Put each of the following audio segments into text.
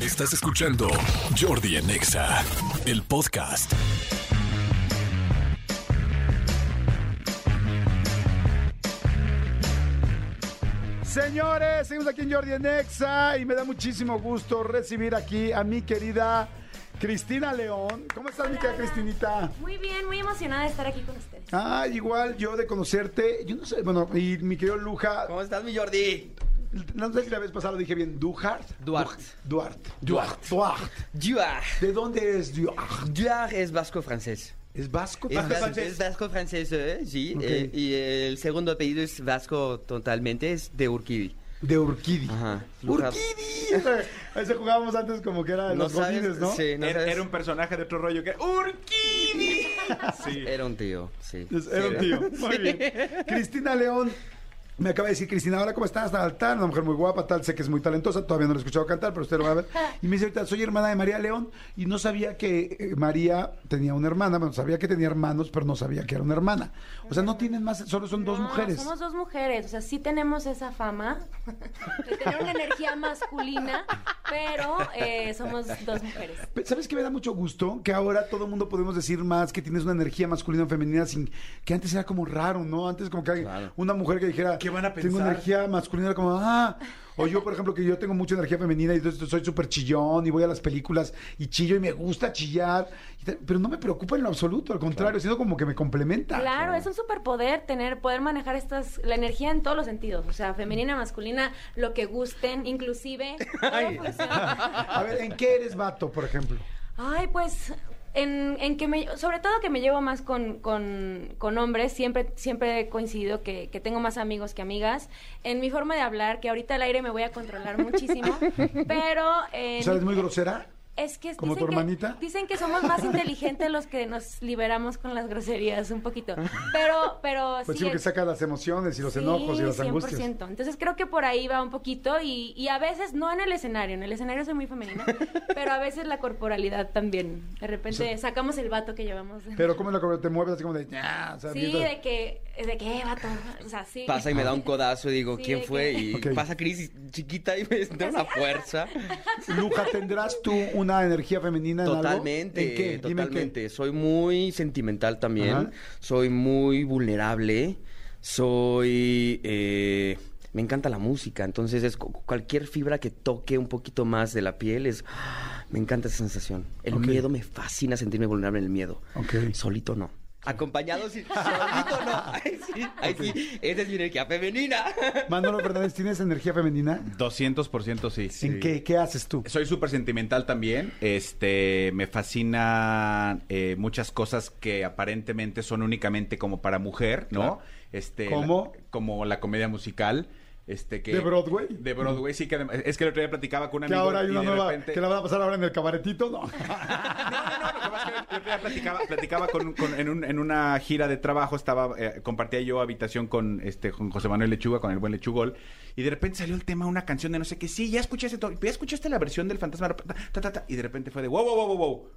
Estás escuchando Jordi en Exa, el podcast. Señores, seguimos aquí en Jordi en Exa y me da muchísimo gusto recibir aquí a mi querida Cristina León. ¿Cómo estás, mi querida Cristinita? Muy bien, muy emocionada de estar aquí con ustedes. Ah, igual yo de conocerte, yo no sé, bueno, y mi querido Luja, ¿Cómo estás, mi Jordi? no sé si la vez pasada lo dije bien, Duhart. Duarte. Duarte. Duarte. Duarte. Duar. ¿De dónde eres Duarte? Duar es vasco-francés. ¿Es vasco? Es, vas- es vasco-francés, eh, sí. Ok. eh, y el segundo apellido es vasco totalmente, es de Urquidy. De Urquidi. Ajá. ¡Urquidi! Ese- Ese jugábamos antes como que era de No los sabes, godines, ¿no? sí, no era, sabes. era un personaje de otro rollo que Urquini. Sí. Era un tío, sí. Es- Era un tío. Muy bien. Cristina León. Me acaba de decir, Cristina, ahora cómo estás, tal, tal, una mujer muy guapa, tal, sé que es muy talentosa, todavía no la he escuchado cantar, pero usted lo va a ver. Ah. Y me dice ahorita, soy hermana de María León, y no sabía que eh, María tenía una hermana, bueno, sabía que tenía hermanos, pero no sabía que era una hermana. O sea, no tienen más, solo son dos No, mujeres. Somos dos mujeres, o sea, sí tenemos esa fama de tener una energía masculina, pero eh, somos dos mujeres. Pe- ¿Sabes qué me da mucho gusto? Que ahora todo el mundo podemos decir más que tienes una energía masculina o femenina sin que antes era como raro, ¿no? Antes como que alguien- Claro. una mujer que dijera, ¿Qué van a tengo pensar? energía masculina era como, ah, o yo por ejemplo que yo tengo mucha energía femenina y entonces soy súper chillón y voy a las películas y chillo y me gusta chillar, y tal, pero no me preocupa en lo absoluto, al contrario, sino como que me complementa. Claro, es un superpoder tener, poder manejar estas, la energía en todos los sentidos, o sea, femenina, masculina, lo que gusten, inclusive. todo Ay. funciona. A ver, ¿en qué eres vato, por ejemplo? Ay, pues en, en que me, sobre todo que me llevo más con, con, con hombres, siempre, siempre he coincidido que, que tengo más amigos que amigas. En mi forma de hablar, que ahorita al aire me voy a controlar muchísimo, pero... eh, O sea, eres muy grosera. es que ¿Como dicen tu que- hermanita? dicen que somos más inteligentes los que nos liberamos con las groserías un poquito. Pero, pero Pues sí. sí, que saca las emociones y los enojos y Sí, las angustias. 100%. Entonces creo que por ahí va un poquito y, y a veces, no en el escenario, en el escenario soy muy femenina, pero a veces la corporalidad también. De repente sacamos el vato que llevamos. Pero ¿cómo es lo que te mueves así como de... "Ah", o sea, sí, mientras- de que, de que, eh, vato, o sea, sí. Pasa y me da un codazo y digo, Sí, ¿quién de fue? que- Y Ok. pasa Cris chiquita y me da una fuerza. Luja, ¿tendrás tú una energía femenina en algo? Totalmente, ¿En qué? Dime en qué. totalmente. Soy muy sentimental también. Ajá. Soy muy vulnerable. Soy. eh, me encanta la música. Entonces, es cu- cualquier fibra que toque un poquito más de la piel es. Me encanta esa sensación. El Ok. miedo me fascina sentirme vulnerable en el miedo. Ok. Solito no. Acompañado sí, solito no. Ay, sí, ay, sí. Esa es mi energía femenina. Manolo Fernández, ¿tienes energía femenina? 200% sí. ¿En qué? ¿Qué haces tú? Soy súper sentimental también. Este, me fascinan eh, muchas cosas que aparentemente son únicamente como para mujer, ¿no? Claro. Este, ¿Cómo? la- como la comedia musical. Este, que, ¿De Broadway? De Broadway, sí, que además- es que el otro día platicaba con un Que amigo ahora hay y una de nueva... repente- ¿Que la van a pasar ahora en el cabaretito? No. No, no, no, lo que pasa es que el otro día platicaba, platicaba con, con- en, un- en una gira de trabajo, estaba, eh, compartía yo habitación con este con José Manuel Lechuga, con el buen Lechugol, y de repente salió el tema, una canción de no sé qué, sí, ya escuché ese to- ya escuchaste la versión del fantasma, ta, ta, ta", y de repente fue de wow, wow, wow, wow, wow.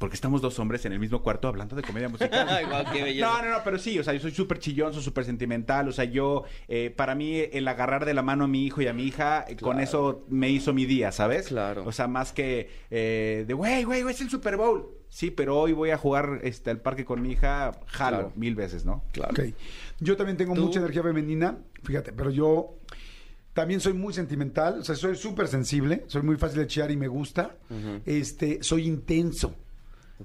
Porque estamos dos hombres en el mismo cuarto hablando de comedia musical. Ay, guau, qué belleza. No, no, no, pero sí, o sea, yo soy súper chillón, soy súper sentimental, o sea, yo, eh, para mí, el agarrar de la mano a mi hijo y a mi hija, eh, con eso me hizo mi día, ¿sabes? Claro. O sea, más que eh, de, güey, güey, güey, es el Super Bowl. Sí, pero hoy voy a jugar este, al parque con mi hija, jalo, Claro. mil veces, ¿no? Claro. Ok. Yo también tengo ¿Tú? mucha energía femenina, fíjate, pero yo también soy muy sentimental, o sea, soy súper sensible, soy muy fácil de chillar y me gusta. Este, soy intenso.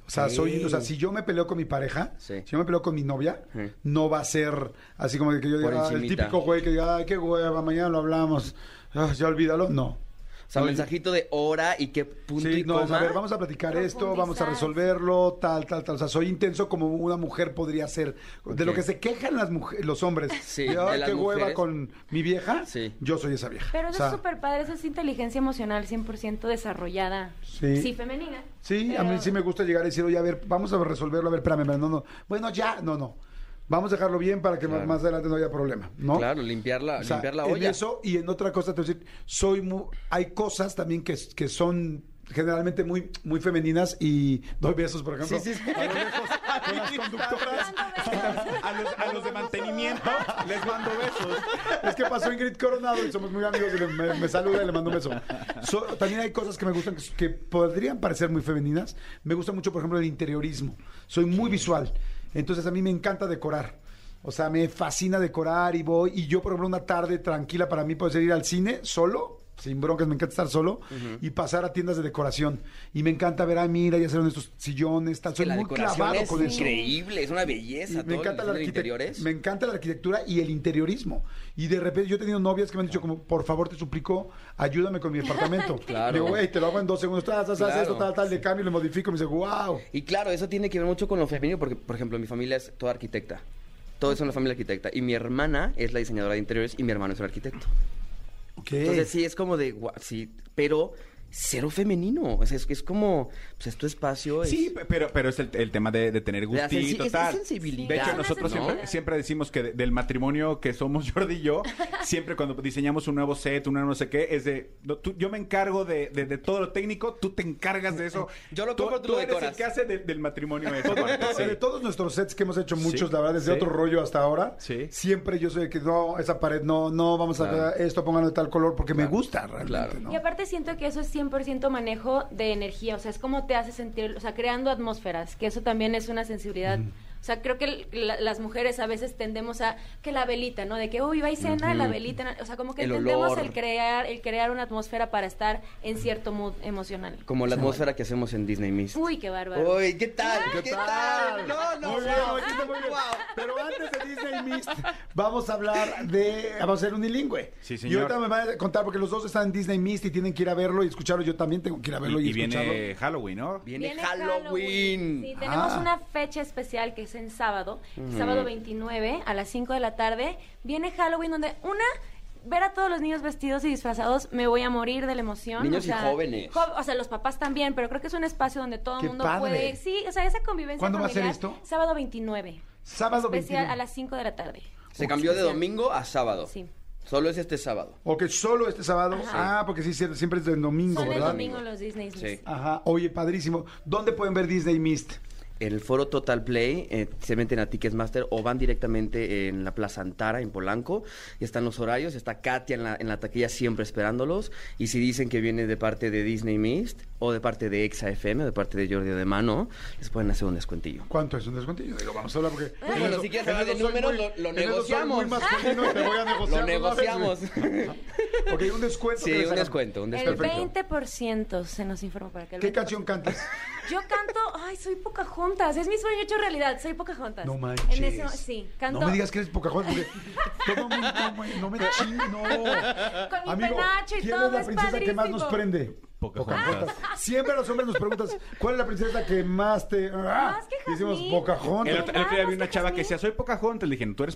O sea, soy, o sea, si yo me peleo con mi pareja, Sí. si yo me peleo con mi novia, Sí. no va a ser así como que yo Por diga, "Ah, el encimita. típico güey que diga, ay, qué hueva, mañana lo hablamos, Ah, ya olvídalo. No. O sea, mensajito de hora y qué punto Sí, y no, es, coma. a ver, vamos a platicar esto, Profundizar. vamos a resolverlo, tal, tal, tal. O sea, soy intenso como una mujer podría ser. De lo Ok. que se quejan las muj- los hombres. Sí, De, "Ay, de las qué hueva mujeres". con mi vieja. Sí. Yo soy esa vieja. Pero eso O sea, es súper padre, eso es inteligencia emocional 100% desarrollada. Sí. femenina. Sí, a mí pero- sí me gusta llegar y decir, oye, a ver, vamos a resolverlo, a ver, espérame, espérame, no, no. Bueno, ya, no, no. Vamos a dejarlo bien para que más- más adelante no haya problema, ¿no? Claro, limpiar la, O sea, limpiar la en olla. eso y en otra cosa te voy a decir, soy mu- hay cosas también que, que son generalmente muy, muy femeninas y doy besos, por ejemplo. Sí, sí, sí. a lo lejos. con las conductoras, a los, a los de mantenimiento, les mando besos. Es que pasó Ingrid Coronado y somos muy amigos y le- me, me saluda y le mando un beso. So- también hay cosas que me gustan que, que podrían parecer muy femeninas. Me gusta mucho, por ejemplo, el interiorismo. Soy muy visual. Entonces a mí me encanta decorar. O sea, me fascina decorar y voy. Y yo, por ejemplo, una tarde tranquila para mí puede ser ir al cine solo. Sin broncas, me encanta estar solo y pasar a tiendas de decoración. Y me encanta ver, ah, mira, ya hicieron estos sillones, tal. Soy la muy decoración clavado es con eso. increíble, es una Y belleza. me encanta, la los arquitect- interiores. me encanta la arquitectura y el interiorismo. Y de repente yo he tenido novias que me han dicho como, por favor, te suplico, ayúdame con mi apartamento. Claro. Digo, güey, te lo hago en dos segundos, tal, tal, tal, Claro. esto, tal, tal, le cambio, le modifico. Me dice, wow. Y claro, eso tiene que ver mucho con lo femenino, porque, por ejemplo, mi familia es toda arquitecta. Todo es una familia arquitecta. Y mi hermana es la diseñadora de interiores y mi hermano es un arquitecto. Entonces, sí, es como de. gua- sí, pero cero femenino. O sea, es, es como. Pues es tu espacio. es- Sí, pe- pero, pero es el, el tema de, de tener de hacer- sí, gustito, es- es tal. sensibilidad. De hecho, Una nosotros ¿no? siempre, siempre decimos que de- del matrimonio que somos Jordi y yo, siempre cuando diseñamos un nuevo set, un nuevo no sé qué, es de, no, tú- yo me encargo de, de- de todo lo técnico, tú te encargas de eso. Yo lo compro, tú lo eres decoras. el que hace de- del matrimonio eso. Marta, sí. De todos nuestros sets que hemos hecho muchos, Sí. la verdad, desde Sí. otro rollo hasta ahora, Sí. siempre yo soy el que, no, esa pared, no, no, vamos a Claro. esto, pónganlo de tal color, porque me gusta realmente, Claro. ¿no? Y aparte siento que eso es 100% manejo de energía, o sea, es como te hace sentir, o sea, creando atmósferas, que eso también es una sensibilidad. O sea, creo que el- la- las mujeres a veces tendemos a que la velita, ¿no? De que, uy, va y cena, la velita, na-". o sea, como que El tendemos olor. el crear el crear una atmósfera para estar en cierto mood emocional. Como la atmósfera que hacemos en Disney Mist. Uy, qué bárbaro. Uy, ¿qué tal? ¿Qué, tal? No, no, Muy bien, wow. oye, está muy bien. Wow. Pero antes de Disney Mist, vamos a hablar de. Vamos a ser unilingüe. Sí, Y señor. ahorita me van a contar porque los dos están en Disney Mist y tienen que ir a verlo y escucharlo. Yo también tengo que ir a verlo y, Y, y escucharlo. viene Halloween, ¿no? Viene, Halloween. Sí, tenemos Ah. una fecha especial que es en sábado, sábado 29 a las 5 de la tarde. Viene Halloween donde una ver a todos los niños vestidos y disfrazados, me voy a morir de la emoción. Niños o y sea, jóvenes. jo- o sea, los papás también, pero creo que es un espacio donde todo ¡Qué el mundo padre! puede. Sí, o sea, esa convivencia. ¿Cuándo va a ser familiar, esto? Sábado 29. Sábado Especial 21. Pues a las 5 de la tarde. Se cambió de domingo a sábado. Sí. Solo es este sábado. Ok, solo este sábado. Ajá. Ah, porque sí, siempre siempre es del domingo, Solo el ¿verdad? domingo los Disney. Sí. Ajá, oye, padrísimo. ¿Dónde pueden ver Disney Mist? El foro Total Play eh, se meten a Ticketmaster o van directamente en la Plaza Antara, en Polanco. Y están los horarios, está Katia en la, en la taquilla siempre esperándolos. Y si dicen que viene de parte de Disney Mist o de parte de Exa FM o de parte de Jordi de Mano, les pueden hacer un descuentillo. ¿Cuánto es un descuentillo? Digo, vamos a hablar porque. Bueno, en eso- si quieres en hablar de eso soy números, muy- lo- lo en eso soy negociamos. muy masculino y te voy a negociar, Lo ¿no sabes? negociamos. Ok, un descuento. Sí, que les un hagan. descuento, un El descuento. Perfecto. 20% se nos informa para que el ¿Qué 20%. canción cantas? Yo canto, ay, soy Pocahontas, es mi sueño hecho realidad, soy Pocahontas. No En manches. ese mo- sí, canto. No me digas que eres Pocahontas porque todo mundo, no me, no me chingo. Con mi Amigo, penacho pues, y ¿quién todo, es la es princesa que más padrísimo. nos prende? Pocahontas. Siempre a los hombres nos preguntas, ¿cuál es la princesa que más te...? ah? Más que Y Decimos Jazmín. El, Pocahontas. otro el otro día vi Vamos, una chava que Jasmine. decía, soy Pocahontas. Le dije, tú eres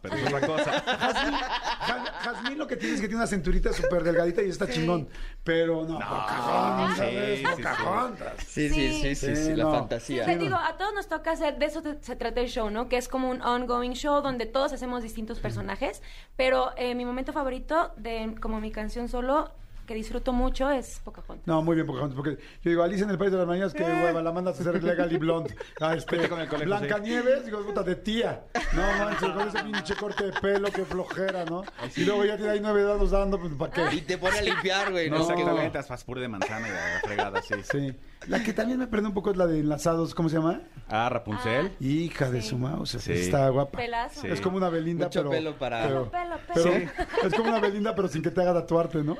pero es otra cosa. Ja- Jazmín lo que tiene es que tiene una cinturita súper delgadita y está chingón. Pero no, Pocahontas, sí, es sí, sí. Pocahontas. Sí, sí, sí, sí, sí, la fantasía. Te digo, a todos nos toca hacer, de eso te- se trata el show, ¿no? Que es como un ongoing show donde todos hacemos distintos personajes, pero eh, mi momento favorito de como mi canción solo que disfruto mucho es Pocahontas. No, muy bien, Pocahontas, porque yo digo, Alicia en el País de las Mañanas, que hueva, la mandas a hacer legal y blonde. Ah, este, Vete con el conejo, Blanca sí. Nieves, digo, puta, de tía. No manches, con ese pinche corte de pelo, qué flojera, ¿no? Y luego ya tiene ahí nueve dados dando, pues, ¿para Y qué? te pone a limpiar, güey. No, No, exactamente, haz fast food de manzana y de la fregada, sí. Sí. La que también me prende un poco es la de enlazados, ¿cómo se llama? Ah, Rapunzel. Hija de su mouse, Sí. está guapa. Pelazo. Sí. Es como una Belinda, Mucho pero... pelo para- pero- Pelo, pelo, pero- pelo. Es como una Belinda, pero sin que te haga tatuarte, ¿no?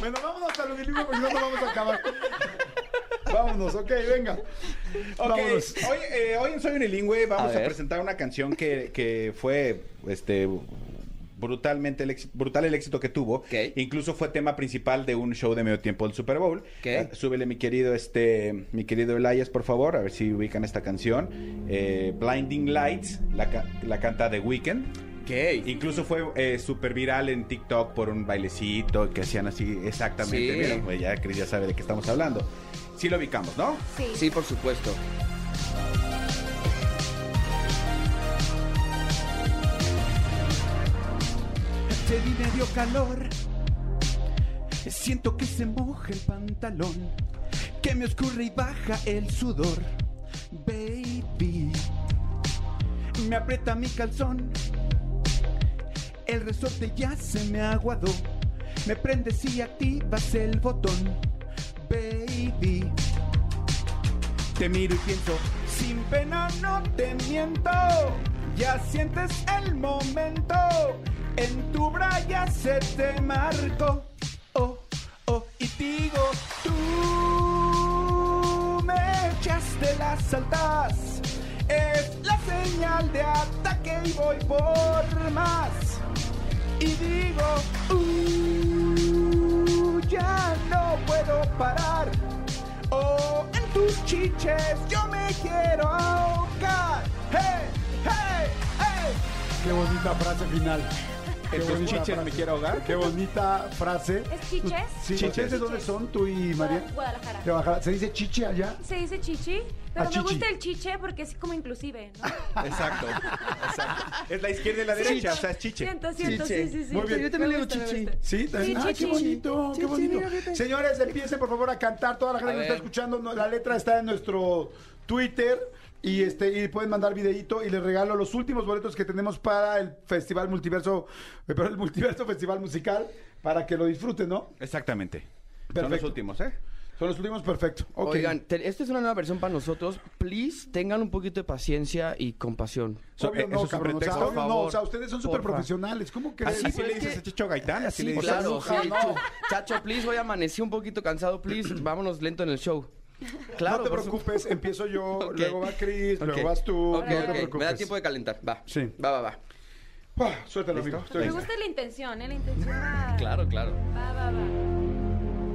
bueno, vámonos al unilingüe porque no nos vamos a acabar. Vámonos, ok, venga. Ok, Vámonos. hoy, eh, hoy en Soy Unilingüe vamos A a, ver. presentar una canción que, que fue este brutalmente el éxito, brutal el éxito que tuvo. Ok. Incluso fue tema principal de un show de medio tiempo del Super Bowl. Ok. Eh, súbele mi querido este mi querido Elias, por favor, a ver si ubican esta canción. Eh, Blinding Lights, la, ca- la canta The Weeknd. Ok. Incluso fue eh, súper viral en TikTok por un bailecito que hacían así exactamente. Sí. Mira, pues ya Chris ya sabe de qué estamos hablando. Sí lo ubicamos, ¿no? Sí. Sí, por supuesto. Teddy me dio calor. Siento que se moja el pantalón. que me oscurre y baja el sudor, baby. Me aprieta mi calzón, el resorte ya se me aguadó. Me prendes y activas el botón, baby. Te miro y pienso, sin pena no te miento. Ya sientes el momento, en tu braya se te marcó. Oh, oh, y digo, tú me echaste las altas. Es la señal de ataque y voy por más. Y digo, uh, ya no puedo parar. Oh, en tus chiches yo me quiero ahogar. Hey, hey, hey. Qué bonita frase final. Qué En tus bonita chiches me frase. quiero ahogar. Qué bonita frase. ¿Es chiches? Sí, ¿los Chiches. chiches de dónde son tú y María? Guadalajara. De Guadalajara. ¿Se dice chiche allá? Se dice chichi, pero Ah, me chichi. gusta el chiche porque es como inclusive, ¿no? Exacto. exacto. Es la izquierda y la derecha, o sea, es chiche. Siento, siento, sí, sí, sí. Muy bien. Yo también Me le digo gusta, me chichi. gusta. Sí, también. Sí, ah, chichi. qué bonito, qué Chichi, bonito. mira, fíjate. Señores, empiecen por favor a cantar. Toda la gente A que nos está ver. escuchando, no- la letra está en nuestro Twitter. Y, este, y pueden mandar videíto y les regalo los últimos boletos que tenemos para el Festival Multiverso, eh, pero el Multiverso Festival Musical, para que lo disfruten, ¿no? Exactamente. Son los Perfecto. últimos, ¿eh? Son los últimos, perfecto. Ok. Oigan, te- esta es una nueva versión para nosotros. Please, tengan un poquito de paciencia y compasión. So- Obvio eh, no, eso es un cabrón, o sea, pretexto, obvio por no, favor. o sea, ustedes son Porfa. súper profesionales. ¿Cómo que Así, pues, le es dices que- a Chicho Gaitán, Ah, así Sí, le dices. claro. bruja, sí. no. Ch- Chacho, please, hoy amanecí un poquito cansado. Please, vámonos lento en el show. Claro, no te por su- preocupes, empiezo yo, Ok. luego va Chris, Ok. luego vas tú. no Ok, ok, te Me preocupes. da tiempo de calentar. Va. Sí. Va, va, va. Ah, suéltalo, amigo. Estoy- Me gusta la intención, ¿eh? La intención. va- Claro, claro. Va, va, va.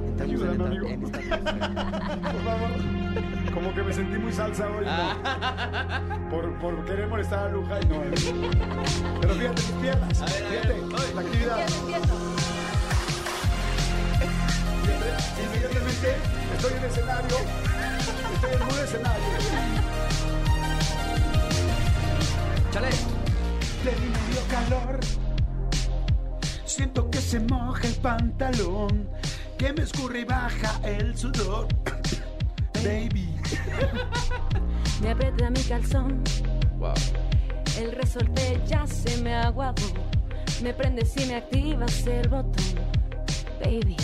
Entramos Ayúdame, en amigo. etapa- en esta- Por favor. Como que me sentí muy salsa hoy. ¿no? Por, por querer molestar a Luja y no. Pero fíjate mis piernas. ver, a ver, fíjate, voy. la actividad. Entiendo, entiendo. Inmediatamente estoy en escenario. Estoy en un escenario. Chale. Te di medio calor. Siento que se moja el pantalón, que me escurre y baja el sudor. Baby, Me aprieta mi calzón, Wow. el resorte ya se me aguado. Me prende si me activas el botón, baby.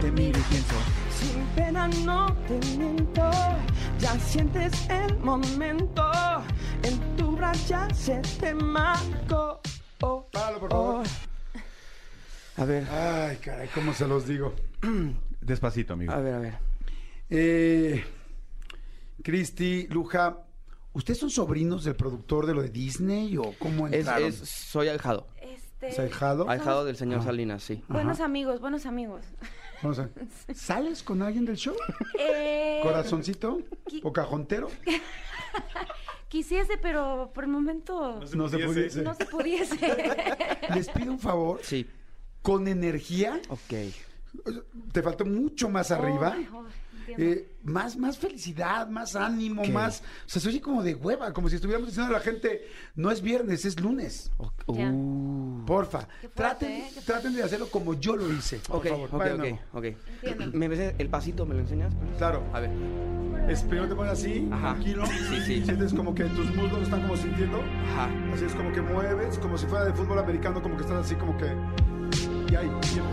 te miro y pienso, Sin pena no te miento, ya sientes el momento, en tu raya se te marcó. Oh, Páralo, por favor. oh. A ver, Ay, caray, ¿cómo se los digo? Despacito, amigo. a ver, a ver. Eh, Cristi, Luja, ¿ustedes son sobrinos del productor de lo de Disney o cómo Es, entraron? es- soy ahijado. Este. ¿Se ha dejado? Ahijado del Ah. señor Salinas, sí. Buenos amigos, buenos amigos. Vamos a- ¿Sales con alguien del show? Eh, ¿Corazoncito? Qui- ¿O cajontero? Quisiese, pero por el momento se No se pudiese. pudiese. no se pudiese. Les pido un favor. Sí. Con energía. Ok. Te faltó mucho más arriba. Ay, ay, entiendo. Eh, más, más felicidad, más ánimo, más. O sea, se oye como de hueva, como si estuviéramos diciendo a la gente: no es viernes, es lunes. Ok. Ya. Uh. Porfa. Qué fuerte, traten, ¿eh? Qué traten de hacerlo como yo lo hice. Por Ok, favor. ok, Vayan, ok, no. ok. Entiendo. ¿Me ves el pasito? ¿Me lo enseñas? Claro. A ver. Es, primero te pones así, Ajá. tranquilo. Sí, sí. Sientes como que tus muslos están como sintiendo. Ajá. Así es como que mueves, como si fuera de fútbol americano, como que estás así como que. Y ahí, y ahí, y ahí.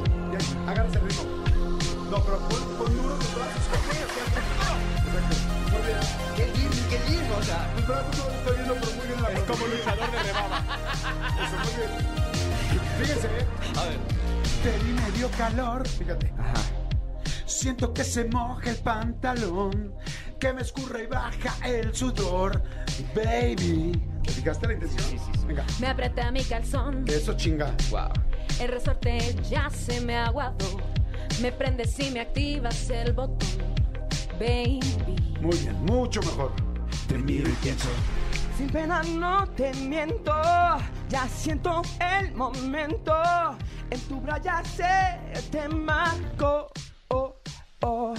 Agarras el ritmo. No, pero pon, pon uno de los brazos. Ok, ok. Exacto. Muy bien. ¡Qué lindo, qué lindo! O sea, Tus brazos no los estoy viendo, pero muy bien la Es como luchador de rebaba. Eso, muy bien. Fíjense, ¿eh? a ver. te di medio calor. Fíjate. Ajá. Siento que se moja el pantalón, que me escurre y baja el sudor. Baby, ¿Te fijaste la intención? Sí, sí, sí. Venga. Me apreté mi calzón, Eso chinga. Wow. el resorte ya se me aguado. Me prende si me activas el botón, baby. Muy bien, mucho mejor. te miro y pienso, sin pena no te miento, ya siento el momento, en tu raya se te marcó. Oh, oh.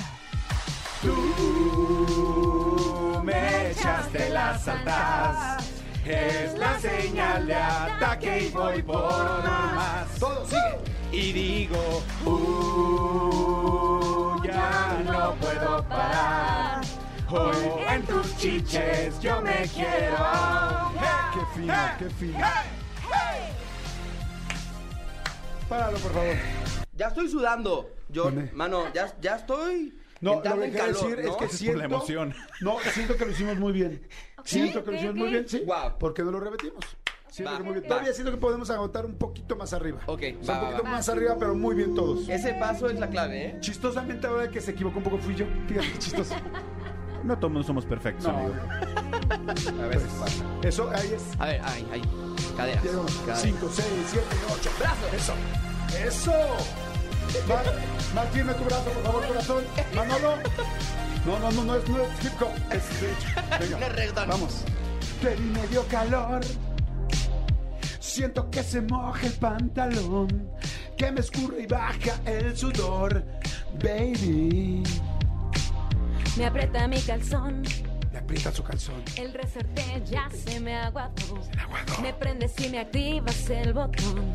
Tú me echaste las altas. Es la señal de ataque y voy por más. Todo sigue. Y digo, uh, ya, en tus chiches yo me quiero ahogar. Qué fino, qué fino. Páralo, por favor. Ya estoy sudando, John. Dime. Mano, ya, ya estoy. No, lo entrando que en quiero calor, decir es ¿no? que por siento... la emoción. No, siento que lo hicimos muy bien. Siento que lo ok, hicimos ok. muy bien, sí. Guau. ¿Por qué no lo repetimos? Siento Va, que muy bien. va. Todavía siento que podemos agotar un poquito más arriba. Ok, O sea, un va, poquito va, va. más arriba, pero muy bien todos. Ese paso es la clave, ¿eh? Chistosamente, ahora que se equivocó un poco fui yo. Fíjate, qué chistoso. No todos somos perfectos, No. amigo. A veces pasa. Eso, ahí es. A ver, ahí, ahí. Caderas. Ya vamos. caderas. Cinco, seis, siete, ocho. ¡Brazo! Eso. ¡Eso! Mar, Mar, firme tu brazo, por favor, corazón. Manolo. No, no, no, no es, no es hip hop. Es, es- venga. Vamos. Te di medio calor. Siento que se moja el pantalón. Que me escurre y baja el sudor. Baby. Me aprieta mi calzón, Le aprieta su calzón. el resorte ya se me aguadó. Aguado. Me prendes y me activas el botón,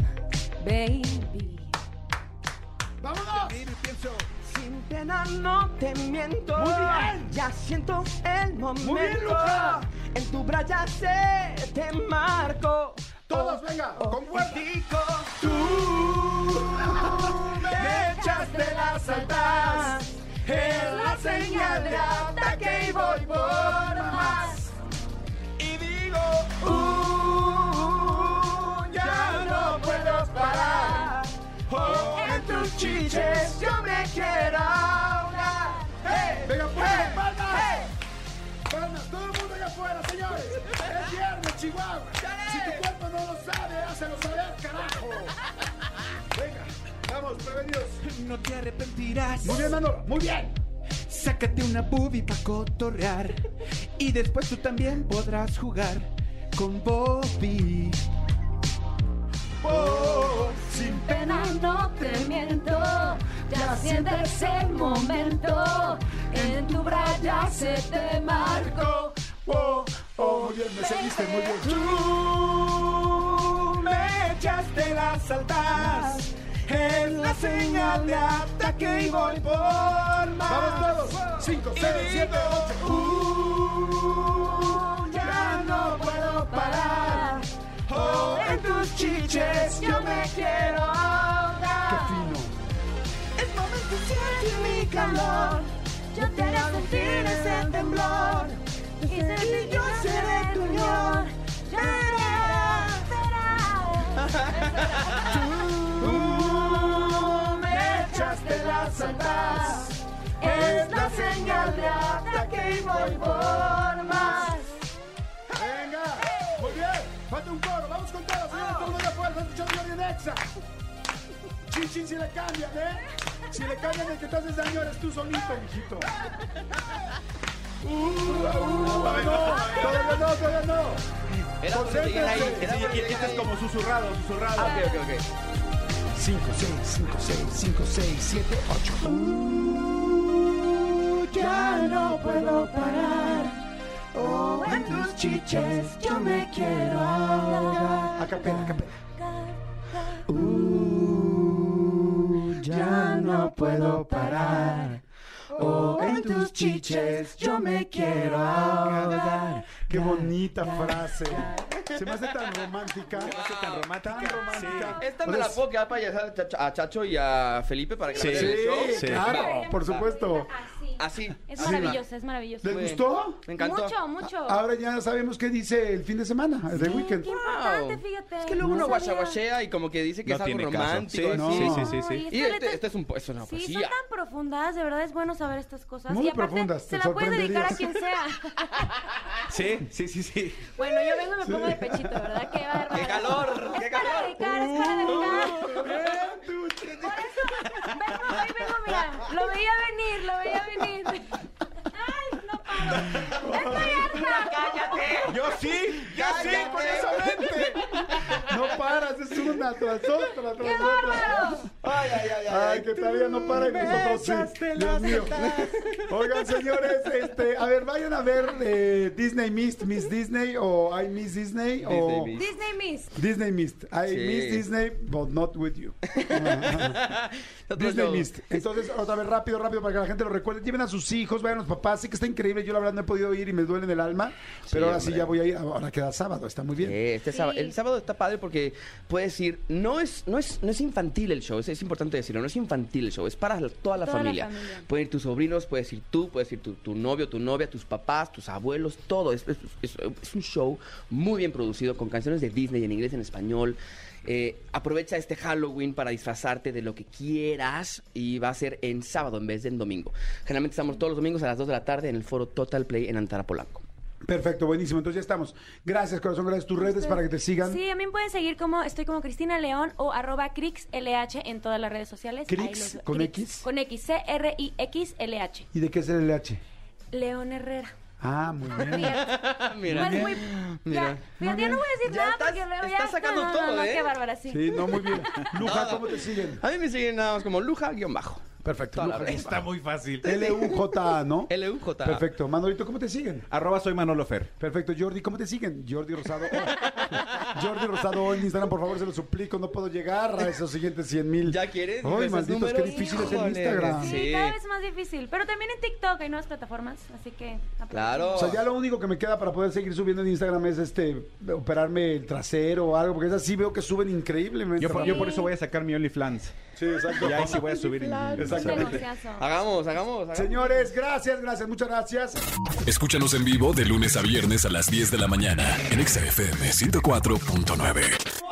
baby. ¡Vámonos! Sin pena no te miento. Muy bien. Ya siento el momento. Luca. en tu braya se te oh, marco. Todos, venga, con fuerza. contigo. Tú me echaste las altas, es la señal de ataque y voy por más. Y digo, uh, ya no puedo parar. Oh, en tus chiches yo me quiero ahogar. ¡Hey! ¡Venga, pues! ¡Palmas! ¡Palmas! ¡Todo el mundo allá afuera, señores! ¡Es viernes, Chihuahua! Si tu cuerpo no lo sabe, hácelo saber, carajo. Venga, vamos, prevenidos. No te arrepentirás. Muy bien, Manolo, muy bien. Sácate una boobie pa' cotorrear. Y después tú también podrás jugar con Bobby. Oh, sin pena no te miento, ya sientes el momento, en tu braya se te marcó. Oh, oh, muy bien, me seguiste, muy bien. Tú me echaste las altas. Es la señal de ataque y voy por más. Vamos todos. Cinco, Y seis, digo, siete, ocho. "Uh, ya no puedo parar. Oh, en tus chiches yo me quiero ahogar. Qué fino. Es momento de sentir mi calor. Yo te haré sentir ese temblor. Y Y yo seré tu unión. Tú me echaste las altas. Es la señal de ataque y voy por más. Venga, muy bien. Falta un coro, vamos con todos. Señores, todo el mundo de fuerza, escuchando Radio Nexa. Chichi, si le cambian, ¿eh? Si le cambian, el que te haces daño eres tú solito, mijito. Uh, uh, no, todavía no, todavía no. Era por seguir ahí. este Era por seguir ahí. susurrado, susurrado. Ah, ok, ok, ok. 5, 6, 5, 6, 5, 6, 7, 8. Ya no puedo parar. Oh, en tus chiches yo me quiero ahogar. Acapela, acapela. Ya no puedo parar. Oh, en tus chiches yo me quiero ahogar. Qué bonita frase. Se me hace tan romántica. Se me hace tan romántica. Esta me O sea, la puedo quedar para allá a Chacho y a Felipe para que Sí. la vean en el show. Sí, Sí. claro, por supuesto. Así. Es así va. maravilloso, es maravilloso. ¿Les gustó? Me encantó. Mucho, mucho. Ahora ya sabemos qué dice el fin de semana, el de weekend. Qué importante, Wow. fíjate. Es que luego No uno sabía. guachaguachea y como que dice que No es algo tiene caso. romántico. Sí, así. no. sí, sí, sí. Ay, Y esta este, neta- este es, un, po- es una Sí, son poesía. tan profundas, de verdad es bueno saber estas cosas. Muy y aparte, profundas, se te la puedes dedicar a quien sorprenderías. sea. Sí, sí, sí, sí. Bueno, yo vengo y me pongo de pechito, ¿verdad? Qué bárbaro. ¡Qué calor! ¡Qué Es para dedicar, es calor! para dedicar. Por eso, vengo, hoy vengo, mira, lo veía venir, lo veía venir. Ay, no paro. Estoy harta. ¡Cállate! Yo sí, ya sí, con esa mente. No paras, es una tras otra, tras ¡Qué otra. bárbaro! Ay, ay, ay, ay. Ay, que todavía no para y nosotros sí. Dios mío. Oigan, señores, este, a ver, vayan a ver eh, Disney Mist, Miss Disney o I Miss Disney o Disney Mist. Disney Mist. Disney Mist. I Sí. Miss Disney, but not with you. Nosotros Disney no. Mist. Entonces, otra vez, rápido, rápido, para que la gente lo recuerde. Lleven a sus hijos, vayan a los papás. Sí que está increíble. Yo, la verdad, no he podido ir y me duele en el alma. Pero ahora sí hombre. ya voy a ir. Ahora queda sábado, está muy bien. Sí, este sábado- Sí. el sábado está padre porque puedes ir, no es, no es, no es infantil el show, es, es importante decirlo, no es infantil el show, es para la- toda la Toda la familia. familia. Pueden ir tus sobrinos, puedes ir tú, puedes ir tu, tu novio, tu novia, tus papás, tus abuelos, todo. Es, es- es- es un show muy bien producido con canciones de Disney en inglés, en español. Eh, aprovecha este Halloween para disfrazarte de lo que quieras y va a ser en sábado en vez de en domingo. Generalmente estamos todos los domingos a las 2 de la tarde en el foro Total Play en Antara Polanco. Perfecto, buenísimo. Entonces ya estamos. Gracias, corazón. Gracias. Tus redes para que te sigan. Sí, a mí me pueden seguir como estoy como Cristina León o arroba CrixLH en todas las redes sociales. Ahí Crix, los- ¿con Crix, X? Con X, C-R-I-X-L-H. ¿Y de qué es el LH? León Herrera. Ah, muy bien. Pues muy- mira. Ya, fíjate, ya no voy a decir Ya nada estás- porque luego ya. estás sacando no, no, todo, no, ¿eh? Qué bárbara, sí. Sí, no, muy bien. Luja, ¿cómo te siguen? A mí me siguen nada más como Luja-Bajo. Perfecto. Toda la Luja. vez. Está muy fácil. L-U-J-A, ¿no? L-U-J-A. Perfecto. Manolito, ¿cómo te siguen? Arroba soy Manolo Fer. Perfecto, Jordi, ¿cómo te siguen? Jordi Rosado. Jordi Rosado en Instagram, por favor, se lo suplico, no puedo llegar a esos siguientes 100 mil. ¿Ya quieres? Ay, ¿Esos malditos, qué números? difícil es el Híjole. Instagram. Sí, Sí. cada vez es más difícil. Pero también en TikTok hay nuevas plataformas, así que aprovechen. Claro. O sea, ya lo único que me queda para poder seguir subiendo en Instagram es este operarme el trasero o algo, porque esas sí veo que suben increíblemente. Yo por, rápido. yo por eso voy a sacar mi OnlyFans. Sí, exacto. Y ahí sí voy a subir. Exactamente. Demasiado. Hagamos, hagamos, hagamos. Señores, gracias, gracias, muchas gracias. Escúchanos en vivo de lunes a viernes a las 10 de la mañana en Exa FM 104.9.